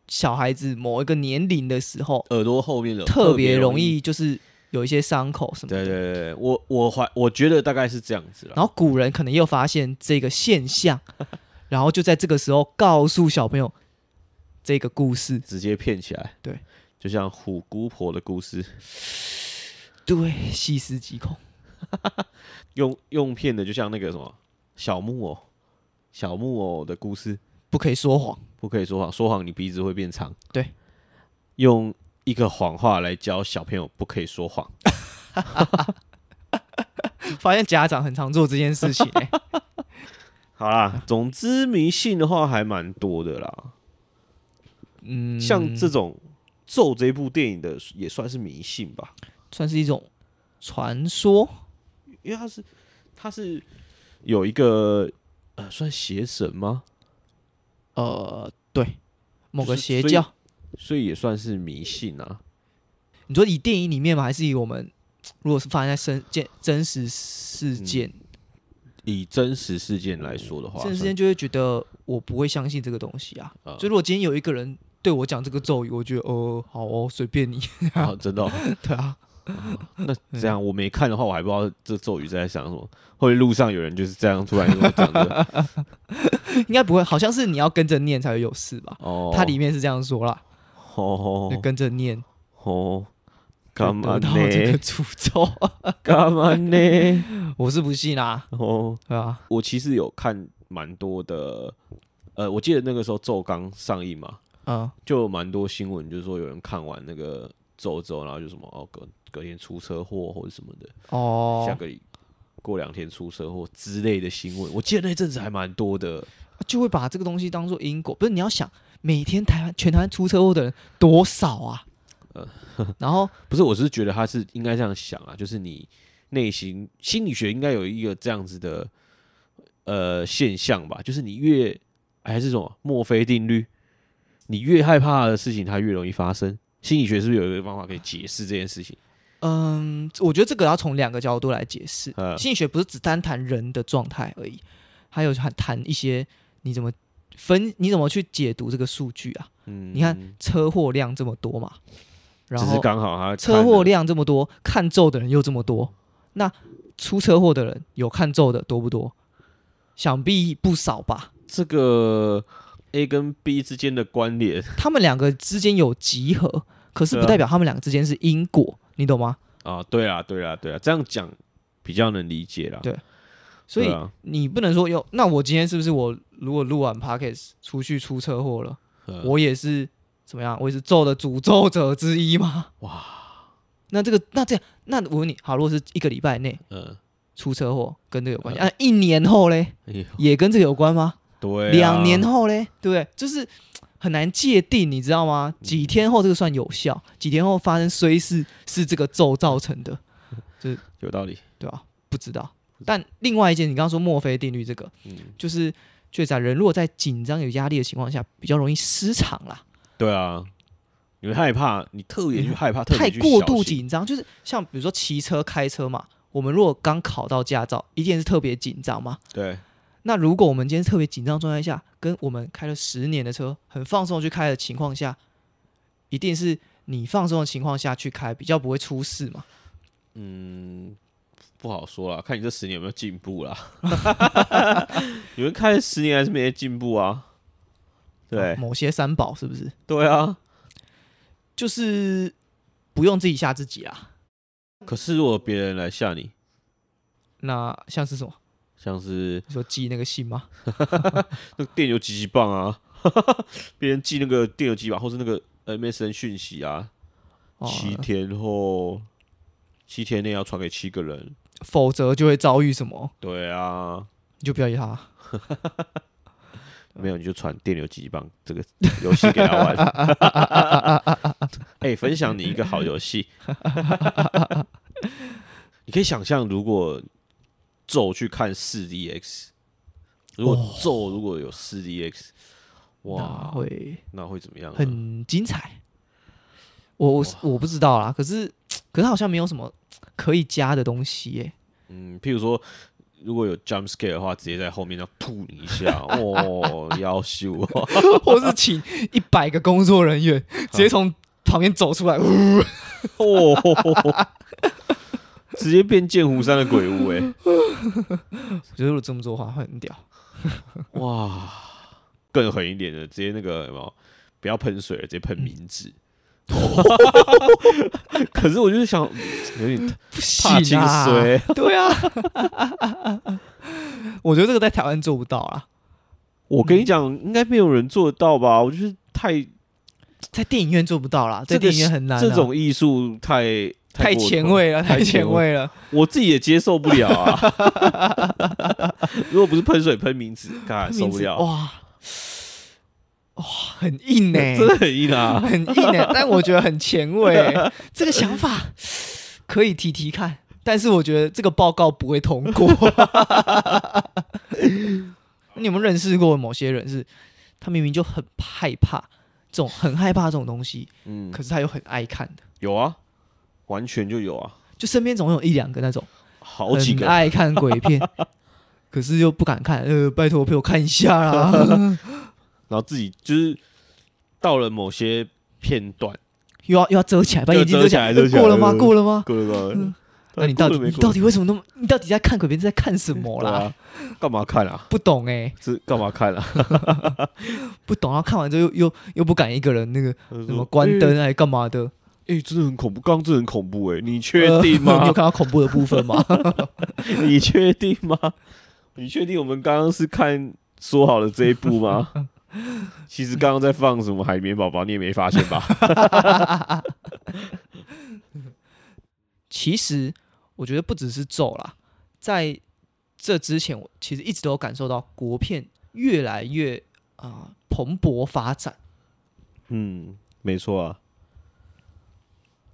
Speaker 1: 小孩子某一个年龄的时候，
Speaker 2: 耳朵后面的
Speaker 1: 特别
Speaker 2: 容
Speaker 1: 容易就是有一些伤口什么
Speaker 2: 对
Speaker 1: 的。
Speaker 2: 对对对，我我怀我觉得大概是这样子了。
Speaker 1: 然后古人可能又发现这个现象，然后就在这个时候告诉小朋友这个故事。
Speaker 2: 直接骗起来，
Speaker 1: 对，
Speaker 2: 就像虎姑婆的故事，
Speaker 1: 对，细思极恐。
Speaker 2: 用用骗的就像那个什么小木偶，小木偶的故事，
Speaker 1: 不可以说谎，
Speaker 2: 不可以说谎，说谎你鼻子会变长。
Speaker 1: 对，
Speaker 2: 用一个谎话来教小朋友不可以说谎，
Speaker 1: 发现家长很常做这件事情、欸。 <laughs>
Speaker 2: 好啦，总之迷信的话还蛮多的啦，
Speaker 1: 嗯，
Speaker 2: 像这种《咒》这部电影的也算是迷信吧，
Speaker 1: 算是一种传说，
Speaker 2: 因为它是它是有一个呃算邪神吗？
Speaker 1: 呃，对，某个
Speaker 2: 就是
Speaker 1: 邪
Speaker 2: 所以
Speaker 1: 教。
Speaker 2: 所以也算是迷信啊。
Speaker 1: 你说以电影里面吗？还是以我们如果是发生在真件真实事
Speaker 2: 嗯
Speaker 1: 件，
Speaker 2: 以真实事件来说的话，
Speaker 1: 真实事件就会觉得我不会相信这个东西啊。
Speaker 2: 啊
Speaker 1: 所以如果今天有一个人对我讲这个咒语，我觉得呃好哦，随便你。 <laughs>
Speaker 2: 啊，真的哦、
Speaker 1: 对啊，
Speaker 2: 那这样我没看的话，我还不知道这咒语在想什么。会不会路上有人就是这样突然跟我讲 <laughs> 的？
Speaker 1: 应该不会，好像是你要跟着念才会有事吧？
Speaker 2: 哦，
Speaker 1: 它里面是这样说啦，
Speaker 2: 哦
Speaker 1: 就跟着念
Speaker 2: 哦，干
Speaker 1: 就
Speaker 2: 嘛
Speaker 1: 得
Speaker 2: 呢
Speaker 1: 到？这个诅咒， <laughs>
Speaker 2: 干嘛呢？
Speaker 1: 我是不信啊，
Speaker 2: <laughs> 哦，
Speaker 1: 对啊，
Speaker 2: 我其实有看蛮多的，呃，我记得那个时候咒刚上映嘛，
Speaker 1: 嗯，
Speaker 2: 就有蛮多新闻，就是说有人看完那个咒之后，然后就什么哦隔隔天出车祸或者什么的。下
Speaker 1: 哦，
Speaker 2: 个礼过两天出车祸之类的新闻，我记得那阵子还蛮多的。
Speaker 1: 就会把这个东西当做因果。不是你要想，每天台湾全台湾出车祸的人多少啊？<laughs>
Speaker 2: 呃
Speaker 1: 然后
Speaker 2: 不是，我是觉得他是应该这样想啊，就是你内心心理学应该有一个这样子的呃现象吧，就是你越还是什么墨菲定律？你越害怕的事情，它越容易发生。心理学是不是有一个方法可以解释这件事情？
Speaker 1: 嗯，我觉得这个要从两个角度来解
Speaker 2: <laughs>
Speaker 1: 释。
Speaker 2: 呃，
Speaker 1: 心理学不是只单谈人的状态而已，还有谈谈一些你怎么分，你怎么去解读这个数据啊？
Speaker 2: 嗯
Speaker 1: 你看车祸量这么多嘛，然
Speaker 2: 只是
Speaker 1: 后
Speaker 2: 刚好他
Speaker 1: 车祸
Speaker 2: 量
Speaker 1: 量这么多，看咒的人又这么多，那出车祸的人有看咒的多不多？想必不少吧。
Speaker 2: 这个 A 跟 B 之间的关联
Speaker 1: 他们两个之间有集合，可是
Speaker 2: 对啊
Speaker 1: 不代表他们两个之间是因果，你懂吗？
Speaker 2: 啊，对啊，对啊，对啊，这样讲比较能理解啦。
Speaker 1: 对所以
Speaker 2: 对啊
Speaker 1: 你不能说哟，那我今天是不是我如果录完 podcast 出去出车祸了，
Speaker 2: 呃
Speaker 1: 我也是怎么样？我也是咒的诅咒者之一吗？ <laughs>
Speaker 2: 哇，
Speaker 1: 那这个那这样，那我问你，好，如果是一个礼拜内
Speaker 2: 嗯，
Speaker 1: 出车祸跟这个有关系，啊，一年后嘞
Speaker 2: 哎呦
Speaker 1: 也跟这个有关吗？
Speaker 2: 对啊，
Speaker 1: 两年后嘞，对不对？就是嘖很难界定，你知道吗？几天后这个算有效，几天后发生虽是是这个咒造成的，
Speaker 2: 有道理。
Speaker 1: 对吧？不知道。但另外一件，你刚刚说墨菲定律这个，
Speaker 2: 嗯，
Speaker 1: 就是确实啊，人如果在紧张有压力的情况下，比较容易失常啦。
Speaker 2: 对啊，你会害怕，你特别去害怕，特
Speaker 1: 嗯
Speaker 2: 别
Speaker 1: 太
Speaker 2: 去
Speaker 1: 过
Speaker 2: 小
Speaker 1: 度
Speaker 2: 心
Speaker 1: 紧张，就是像比如说骑车、开车嘛，我们如果刚考到驾照，一定是特别紧张嘛。
Speaker 2: 对，
Speaker 1: 那如果我们今天特别紧张状态下，跟我们开了十年的车，很放松地去开的情况下，一定是你放松的情况下去开，比较不会出事嘛。
Speaker 2: 嗯，不好说啦，看你这十年有没有进步
Speaker 1: <laughs>
Speaker 2: 啦。你们开了十年还是没进步啊？对，
Speaker 1: 啊某些三宝是不是？
Speaker 2: 对啊。
Speaker 1: 就是不用自己吓自己啊啦。
Speaker 2: 可是如果别人来吓你，
Speaker 1: 那像是什么？
Speaker 2: 像是
Speaker 1: 你说寄那个信吗？
Speaker 2: 那个电流急急棒啊， <laughs> 别人寄那个电流急急棒，或是那个 MSN 讯息啊，
Speaker 1: 哦，
Speaker 2: 七天后，七天内要传给七个人。
Speaker 1: 否则就会遭遇什么？
Speaker 2: 对啊，
Speaker 1: 你就不要理他。
Speaker 2: 没有你就传电流急急棒这个游戏给他玩。 <laughs> 哎、分享你一个好游戏，你可以想象，如果咒去看四 DX，如果
Speaker 1: 哦
Speaker 2: 咒如果有四 DX，
Speaker 1: 哇，
Speaker 2: 哇，
Speaker 1: 会
Speaker 2: 那会怎么样呢？
Speaker 1: 很精彩。我我是我不知道啦，可是可是好像没有什么可以加的东西
Speaker 2: <laughs>
Speaker 1: 耶、
Speaker 2: 嗯，譬如说，如果有 jump scare 的话，直接在后面要吐你一下，哦，要羞、 <laughs> 哦。
Speaker 1: 或是请一百个工作人员 <laughs>
Speaker 2: 啊
Speaker 1: 直接从旁边走出来，呜
Speaker 2: <laughs> 哦，直接变剑湖山的鬼屋哎、
Speaker 1: 我觉得我这么做的话会很屌。
Speaker 2: 哇，更狠一点的，直接那个什么，不要喷水了，直
Speaker 1: 嗯
Speaker 2: 接喷名字。 <laughs> 可是我就是想，有点
Speaker 1: 不
Speaker 2: 怕
Speaker 1: 行
Speaker 2: 清
Speaker 1: 啊，
Speaker 2: 水，
Speaker 1: <laughs> 对啊， <laughs> 我觉得这个在台湾做不到啦，
Speaker 2: 我
Speaker 1: 嗯
Speaker 2: 跟你讲，应该没有人做得到吧？我就是太
Speaker 1: 在电影院做不到啦，在
Speaker 2: 这个
Speaker 1: 电影院很难啊、
Speaker 2: 这种艺术太
Speaker 1: 太
Speaker 2: 过头
Speaker 1: 前，卫了，
Speaker 2: 太
Speaker 1: 太
Speaker 2: 前
Speaker 1: 前卫了。
Speaker 2: 我自己也接受不
Speaker 1: <laughs>
Speaker 2: 了啊。如果不是喷水喷名字，看
Speaker 1: 他
Speaker 2: 受
Speaker 1: 名
Speaker 2: 不
Speaker 1: 字
Speaker 2: 了，
Speaker 1: 哇哇，很哦硬呢、
Speaker 2: <laughs>
Speaker 1: 欸
Speaker 2: 真的很硬啊。
Speaker 1: <laughs> 很硬
Speaker 2: <laughs>
Speaker 1: 哎、但我觉得很前卫欸、这个想法可以提提看，但是我觉得这个报告不会通
Speaker 2: <laughs>
Speaker 1: 过。你有没有认识过某些人是，他明明就很害怕这种很害怕这种东西，
Speaker 2: 嗯，
Speaker 1: 可是他又很爱看的，
Speaker 2: 有啊，完全就有啊，
Speaker 1: 就身边总有一两个那种
Speaker 2: 好几
Speaker 1: 很
Speaker 2: 个。
Speaker 1: 爱看鬼片，
Speaker 2: <laughs>
Speaker 1: 可是又不敢看，呃，拜托陪我看一下啊
Speaker 2: <laughs>
Speaker 1: 啦，
Speaker 2: 然后自己就是到了某些片段，
Speaker 1: 又要又要遮起来，把
Speaker 2: 又
Speaker 1: 眼睛
Speaker 2: 遮
Speaker 1: 遮
Speaker 2: 起
Speaker 1: 起
Speaker 2: 来
Speaker 1: 来，
Speaker 2: 遮起来
Speaker 1: 过了吗？
Speaker 2: 呃
Speaker 1: 过了吗？
Speaker 2: 够了够了。
Speaker 1: 哦嗯那你到底
Speaker 2: 啊过了
Speaker 1: 你
Speaker 2: 没过
Speaker 1: 到
Speaker 2: 了
Speaker 1: 底为什么那么？你到底在看鬼片是在看什么啦？
Speaker 2: 对啊干嘛看啊？
Speaker 1: 不懂哎、
Speaker 2: 这干嘛
Speaker 1: <laughs>
Speaker 2: 看啊？
Speaker 1: 不懂，然后看完之后又又又不敢一个人那个
Speaker 2: 什
Speaker 1: 什么关？灯还干嘛的？
Speaker 2: 哎，嗯真的很恐怖，刚刚真的很恐怖哎，你确定
Speaker 1: 呃 <laughs> 你
Speaker 2: 吗
Speaker 1: 有？看到恐怖的部分吗？
Speaker 2: <laughs> 你确定吗？你确定我们刚刚是看说好的这一部
Speaker 1: <laughs>
Speaker 2: 吗？其实刚刚在放什么海绵宝宝，你也没发现吧？ <laughs>
Speaker 1: 其实我觉得不只是咒啦，在这之前，我其实一直都有感受到国片越来越啊、蓬勃发展。
Speaker 2: 嗯，没错啊。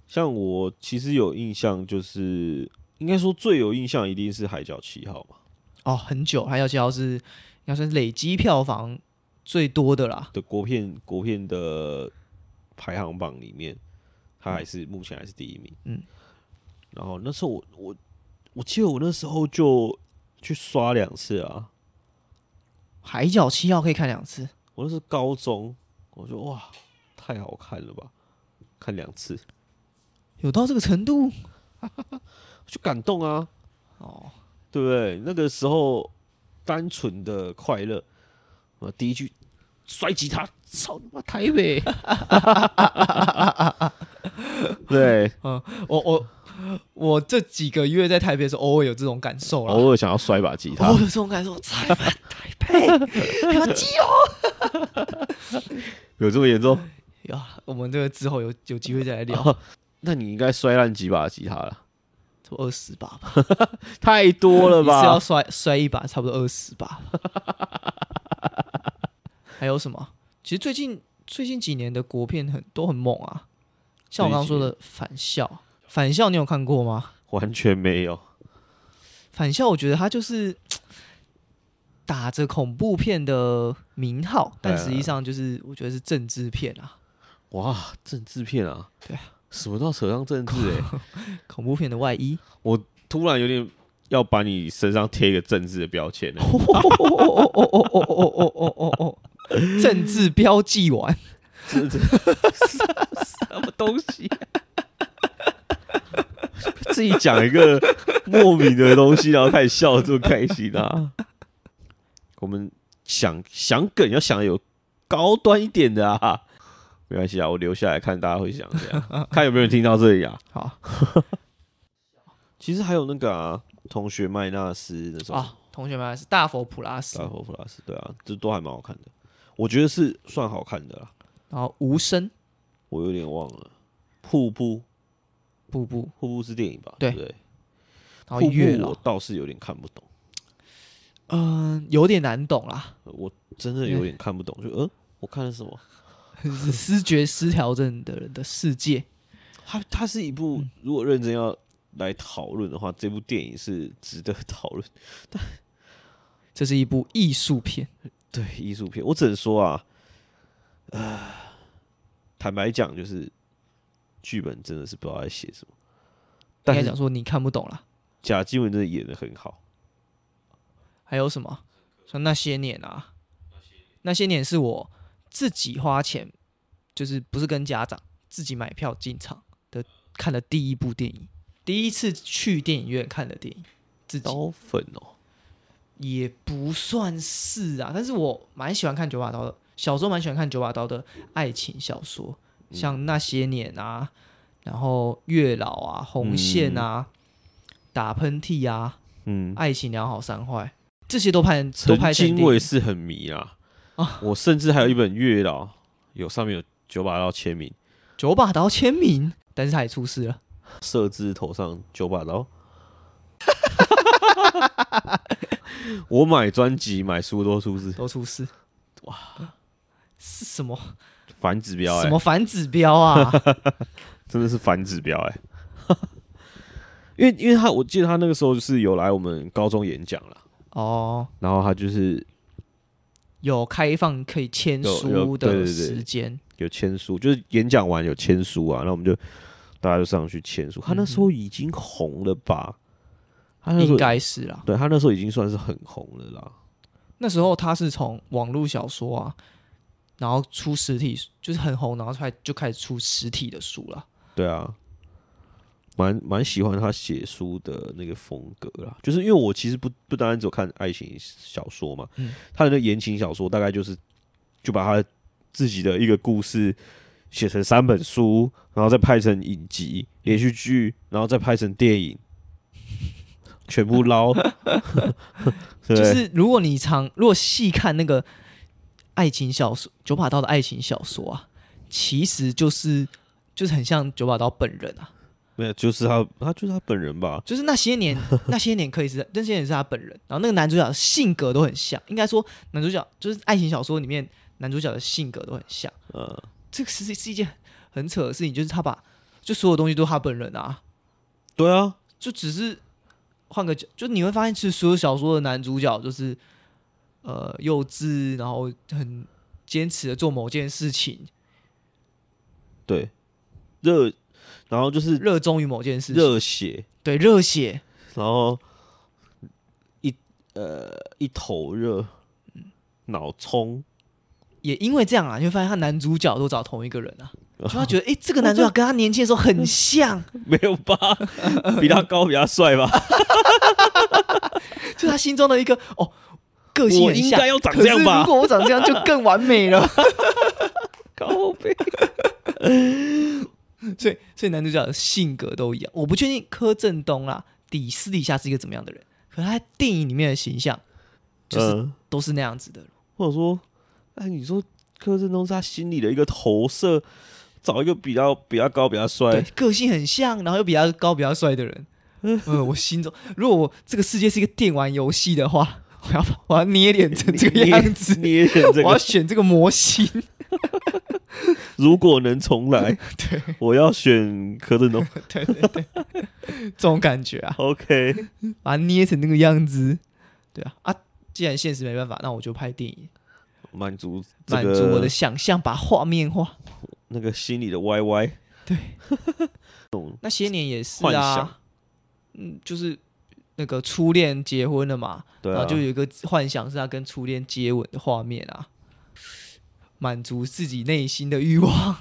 Speaker 2: 像我其实有印象，就是应该说最有印象一定是《海角七号》嘛。
Speaker 1: 哦，很久，还有就要是应该算是累积票房最多的啦。
Speaker 2: 的国片国片的排行榜里面，他还是、目前还是第一名。
Speaker 1: 嗯，
Speaker 2: 然后那时候我我我记得我那时候就去刷两次啊，
Speaker 1: 海角七号可以看两次，
Speaker 2: 我那是高中，我说哇太好看了吧，看两次
Speaker 1: 有到这个程度
Speaker 2: 就感动啊，
Speaker 1: 哦。
Speaker 2: 对不对？那个时候单纯的快乐，我第一句摔吉他，操你妈台
Speaker 1: <laughs>
Speaker 2: 北！对，
Speaker 1: 我我我这几个月在台北的时候，偶尔有这种感受啦，哦
Speaker 2: 偶尔想要摔把吉他
Speaker 1: 偶，尔有这种感受，台北台北有基友。
Speaker 2: <laughs> 有啊这么严重？哦
Speaker 1: 呀，啊我们这个之后有有机会再来聊，
Speaker 2: 那你应该摔烂几把吉他了，
Speaker 1: 差不多二十把吧，
Speaker 2: 太多了
Speaker 1: 一次要
Speaker 2: 吧？
Speaker 1: 摔摔一把，差不多二十把。 <laughs> 还有什么？其实最近最近几年的国片很都很猛啊，像我刚刚说的《返校》，《返校》你有看过吗？
Speaker 2: 完全没有。
Speaker 1: 返校，我觉得他就是打着恐怖片的名号，但
Speaker 2: 啊
Speaker 1: 实际上就是我觉得是政治片啊，
Speaker 2: 哇，政治片啊！
Speaker 1: 对
Speaker 2: 啊，什么都要扯上政治
Speaker 1: <laughs>
Speaker 2: 哎、
Speaker 1: 恐怖片的外
Speaker 2: <laughs>
Speaker 1: 衣。 <laughs>
Speaker 2: 突然有点要把你身上贴一个政治的标签欸了、
Speaker 1: 哦哦哦哦哦哦哦哦哦哦哦哦，政治标记完，
Speaker 2: 政治什么东西啊、自己讲一个莫名的东西，然后开始笑，这么开心啊！我们想想梗要想有高端一点的啊，没关系啊，我留下来看大家会想这样， <laughs> 看有没有人听到这里啊。
Speaker 1: 好
Speaker 2: 其实还有那个啊，同学麦纳斯那种
Speaker 1: 啊，同学们是大佛普拉斯
Speaker 2: 大，佛普拉斯，对啊，这都还蛮好看的，我觉得是算好看的啦。
Speaker 1: 然后无声
Speaker 2: 我有点忘了，瀑布，
Speaker 1: 瀑布，
Speaker 2: 瀑布是电影吧？
Speaker 1: 对
Speaker 2: 不对？
Speaker 1: 然后月
Speaker 2: 瀑布
Speaker 1: 老
Speaker 2: 我，倒是有点看不懂，
Speaker 1: 嗯，有点难懂啦， <laughs>
Speaker 2: 我真的有点看不懂，就呃，我看了什么？
Speaker 1: 是视觉失调症的人的世界，
Speaker 2: 它它是一部，
Speaker 1: 嗯
Speaker 2: 如果认真要来讨论的话，这部电影是值得讨论。 <laughs>
Speaker 1: 这是一部艺术片。
Speaker 2: 对艺术片，我只能说啊，呃，坦白讲，就是剧本真的是不知道在写什么，
Speaker 1: 应
Speaker 2: 但
Speaker 1: 该
Speaker 2: 是
Speaker 1: 讲说你看不懂啦。
Speaker 2: 贾静雯真的演的很好。
Speaker 1: 还有什么？像那些年啊，那些年是我自己花钱，就是不是跟家长自己买票进场的看的第一部电影，第一次去电影院看的电影，自己
Speaker 2: 刀粉哦，
Speaker 1: 也不算是啊，但是我蛮喜欢看九把刀的，小时候蛮喜欢看九把刀的爱情小说，像那些年啊，然后月老啊、红线啊、打喷嚏啊，
Speaker 2: 嗯，
Speaker 1: 爱情良好三坏，这些都拍都
Speaker 2: 曾
Speaker 1: 拍成
Speaker 2: 经
Speaker 1: 电
Speaker 2: 我也
Speaker 1: 影
Speaker 2: 是很迷啊
Speaker 1: 啊，
Speaker 2: 我甚至还有一本《月老》，有上面有九把刀签名，
Speaker 1: 九把刀签名，但是他也出事了。
Speaker 2: 设置头上九把刀。 <laughs> 我买专辑、买书都出是
Speaker 1: 都出事，哇，是什么
Speaker 2: 反指标
Speaker 1: 什
Speaker 2: 哎、
Speaker 1: 么反指标啊？
Speaker 2: <laughs> 真的是反指标哎、 <laughs> 因为因为他我记得他那个时候就是有来我们高中演讲了，
Speaker 1: 哦，
Speaker 2: 然后他就是
Speaker 1: 有开放可以签
Speaker 2: 有有
Speaker 1: 书
Speaker 2: 对对
Speaker 1: 的
Speaker 2: 对
Speaker 1: 时间，
Speaker 2: 有签书，就是演讲完有签书啊，那我们就大家就上去签书。他那时候已经红了吧？他那时
Speaker 1: 嗯应
Speaker 2: 候
Speaker 1: 该是啦。
Speaker 2: 对他那时候已经算是很红了啦。
Speaker 1: 那时候他是从网络小说啊，然后出实体，就是很红，然后才就开始出实体的书了。
Speaker 2: 对啊，蛮蛮喜欢他写书的那个风格啦，就是因为我其实不不单单只有看爱情小说嘛，
Speaker 1: 嗯
Speaker 2: 他的那个言情小说大概就是就把他自己的一个故事写成三本书，然后再拍成影集、连续剧，然后再拍成电影，全部
Speaker 1: <laughs>
Speaker 2: 捞，
Speaker 1: 就
Speaker 2: 对
Speaker 1: 是如果你常如果细看那个爱情小说，九把刀的爱情小说啊，其实就是就是很像九把刀本人啊，
Speaker 2: 没有，就是他他就是他本人吧，
Speaker 1: 就是那些年那些年可以是那些年是他本人，然后那个男主角的性格都很像，应该说男主角就是爱情小说里面男主角的性格都很像，
Speaker 2: 呃，
Speaker 1: 这个是是一件很扯的事情，就是他把就所有东西都是他本人啊，
Speaker 2: 对啊，
Speaker 1: 就只是换个角，就你会发现，其实所有小说的男主角就是呃幼稚，然后很坚持的做某件事情，
Speaker 2: 对，热，然后就是
Speaker 1: 热衷于某件事情，
Speaker 2: 热血，
Speaker 1: 对，热血，
Speaker 2: 然后一呃一头热，脑冲，
Speaker 1: 也因为这样啊，你会发现他男主角都找同一个人
Speaker 2: <laughs>
Speaker 1: 啊，就他觉得哎、诶这个男主角跟他年轻的时候很像，
Speaker 2: 没有
Speaker 1: <laughs>
Speaker 2: 吧？比他高，比他帅吧？
Speaker 1: 就他心中的一个哦，个性
Speaker 2: 我
Speaker 1: 很
Speaker 2: 应
Speaker 1: 像
Speaker 2: 该要长
Speaker 1: 可
Speaker 2: 这样
Speaker 1: 是
Speaker 2: 吧
Speaker 1: 如果我长这样就更完美了， <laughs>
Speaker 2: 高呗，
Speaker 1: 所以所以男主角的性格都一样。我不确定柯震东啊，底私底下是一个怎么样的人，可他在电影里面的形象就是
Speaker 2: 嗯，
Speaker 1: 都是那样子的人。
Speaker 2: 或者说，哎，你说柯震东是他心里的一个投射，找一个比较比他高、比他
Speaker 1: 对
Speaker 2: 帅，，
Speaker 1: 个性很像，然后又比他高、比他帅的
Speaker 2: <laughs>
Speaker 1: 人。嗯，我心中，如果我这个世界是一个电玩游戏的话，我要把我要捏脸成这个样子，
Speaker 2: 捏捏成
Speaker 1: <laughs>
Speaker 2: 这
Speaker 1: 我要
Speaker 2: 个。
Speaker 1: 选这个模型。
Speaker 2: 如果能重来，
Speaker 1: <laughs> 对
Speaker 2: 我要选柯震东。 <laughs>
Speaker 1: 对对对，这种感觉啊，
Speaker 2: OK，
Speaker 1: 把它捏成那个样子。对啊，啊，既然现实没办法，那我就拍电影，
Speaker 2: 满足这
Speaker 1: 满
Speaker 2: 个
Speaker 1: 足我的想象，把画面化。
Speaker 2: 那个心里的 YY。
Speaker 1: 那些年也是
Speaker 2: 幻想
Speaker 1: 啊，嗯，就是那个初恋结婚了嘛，
Speaker 2: 对
Speaker 1: 然
Speaker 2: 啊，
Speaker 1: 后就有一个幻想是他跟初恋接吻的画面啊，满足自己内心的欲望。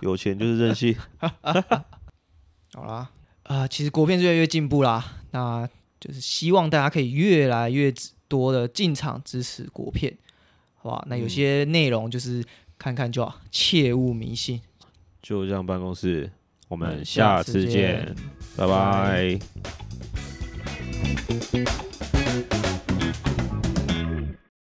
Speaker 2: 有钱就是任性。
Speaker 1: 好啦，啊、其实国片是越来越进步啦，那就是希望大家可以越来越多的进场支持国片，好吧？那有些内容就是看看就好，切勿迷信。
Speaker 2: 就这样，办公室，我们
Speaker 1: 下
Speaker 2: 下
Speaker 1: 次
Speaker 2: 次
Speaker 1: 见
Speaker 2: 见，拜
Speaker 1: 拜
Speaker 2: 拜。